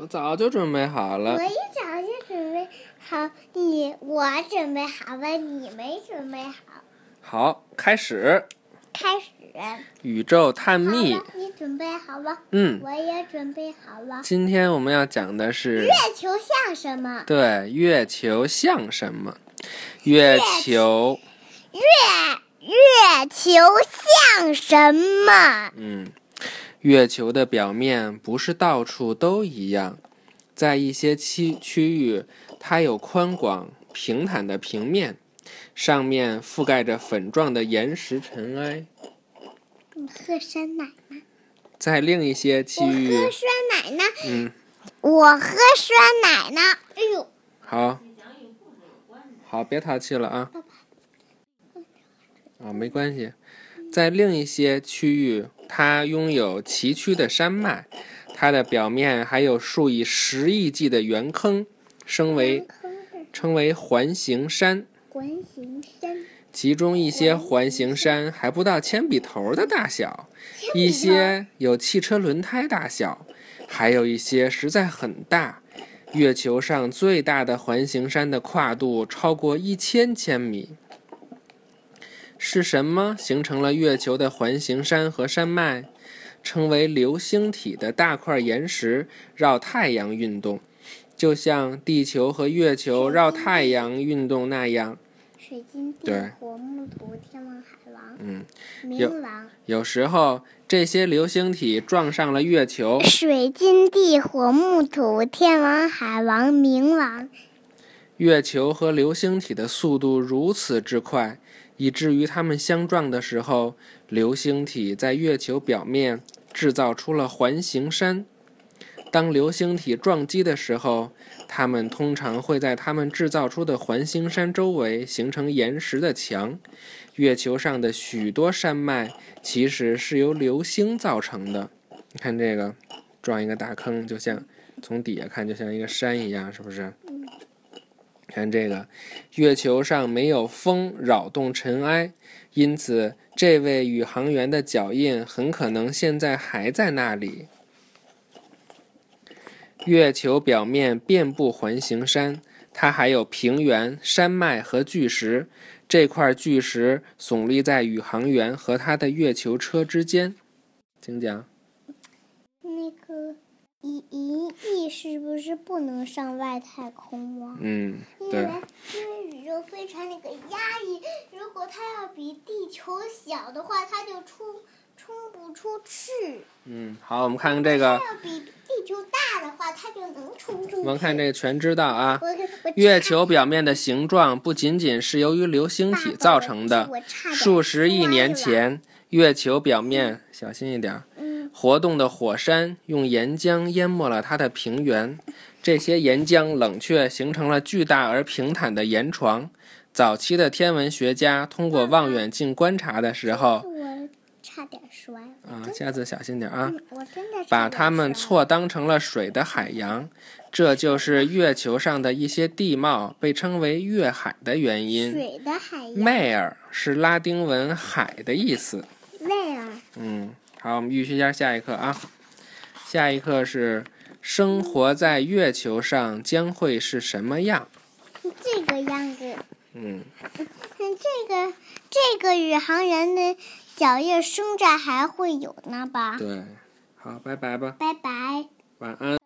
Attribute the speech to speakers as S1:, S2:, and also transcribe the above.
S1: 我早就准备好了
S2: 我。一早就准备好，你我准备好了，你没准备好。
S1: 好，开始
S2: 开始，
S1: 宇宙探
S2: 好
S1: 秘
S2: 了。，你准备好了，
S1: 嗯，
S2: 我也准备好了。
S1: 今天我们要讲的是
S2: 月球像什么？
S1: 对月球像什么？月球，
S2: 月月球像什么？
S1: 嗯，月球的表面不是到处都一样，在一些区区域，它有宽广平坦的平面，上面覆盖着粉状的岩石尘埃；
S2: 你喝酸奶？
S1: 在另一些区
S2: 我
S1: 域，
S2: 喝酸奶呢。
S1: 嗯，
S2: 我喝酸奶呢。哎呦，
S1: 好，好，别淘气了啊！啊，没关系，在另一些区域，它拥有崎岖的山脉，它的表面还有数以十亿计的圆坑，称为称为环形山。
S2: 环形山，
S1: 其中一些环形山还不到铅笔头的大小，一些有汽车轮胎大小，还有一些实在很大。月球上最大的环形山的跨度超过一千千米。是什么形成了月球的环形山和山脉？称为流星体的大块岩石绕太阳运动，就像地球和月球绕太阳运动那样。
S2: 水晶地
S1: 对
S2: 火木土天王海王，
S1: 嗯，有
S2: 冥王。
S1: 有时候这些流星体撞上了月球，
S2: 水金地火木土天王海王冥王，
S1: 月球和流星体的速度如此之快，以至于它们相撞的时候，流星体在月球表面制造出了环形山。当流星体撞击的时候，它们通常会在它们制造出的环形山周围形成岩石的墙。月球上的许多山脉其实是由流星造成的。你看这个，撞一个大坑，就像从底下看就像一个山一样，是不是？看这个，月球上没有风扰动尘埃，因此这位宇航员的脚印很可能现在还在那里。月球表面遍布环形山，它还有平原、山脉和巨石。这块巨石耸立在宇航员和他的月球车之间。请讲。
S2: 那个一一亿是不是不能上外太空啊？
S1: 嗯，
S2: 因
S1: 对
S2: 为。因为宇宙飞船那个压力，如果它要比地球小的话，它就冲冲不出去；
S1: 嗯，好，我们看看这个，
S2: 要比地球大的话，它就能冲出
S1: 我
S2: 去。
S1: 们看这个全知道啊。
S2: 我我
S1: 月球表面的形状不仅仅是由于流星体造成的。
S2: 我差点
S1: 数十亿年
S2: 摔了，
S1: 前，月球表面小心一点儿
S2: 嗯，
S1: 活动的火山用岩浆淹没了它的平原，这些岩浆冷却形成了巨大而平坦的岩床。早期的天文学家通过望远镜观察的时候，
S2: 我差点摔了。
S1: 啊，下次小心点儿啊。
S2: 嗯我真的差
S1: 把
S2: 点
S1: 它
S2: 摔了
S1: 们错当成了水的海洋，这就是月球上的一些地貌被称为月海的原因。
S2: 水的海洋，
S1: 迈尔是拉丁文“海”的意思。
S2: 那样
S1: 嗯，好，我们预习一下下一课啊。下一课是生活在月球上将会是什么样？
S2: 这个样子。
S1: 嗯，
S2: 嗯，这个这个宇航员的脚印生着还会有呢吧？
S1: 对，好，拜拜吧，
S2: 拜拜。
S1: 晚安。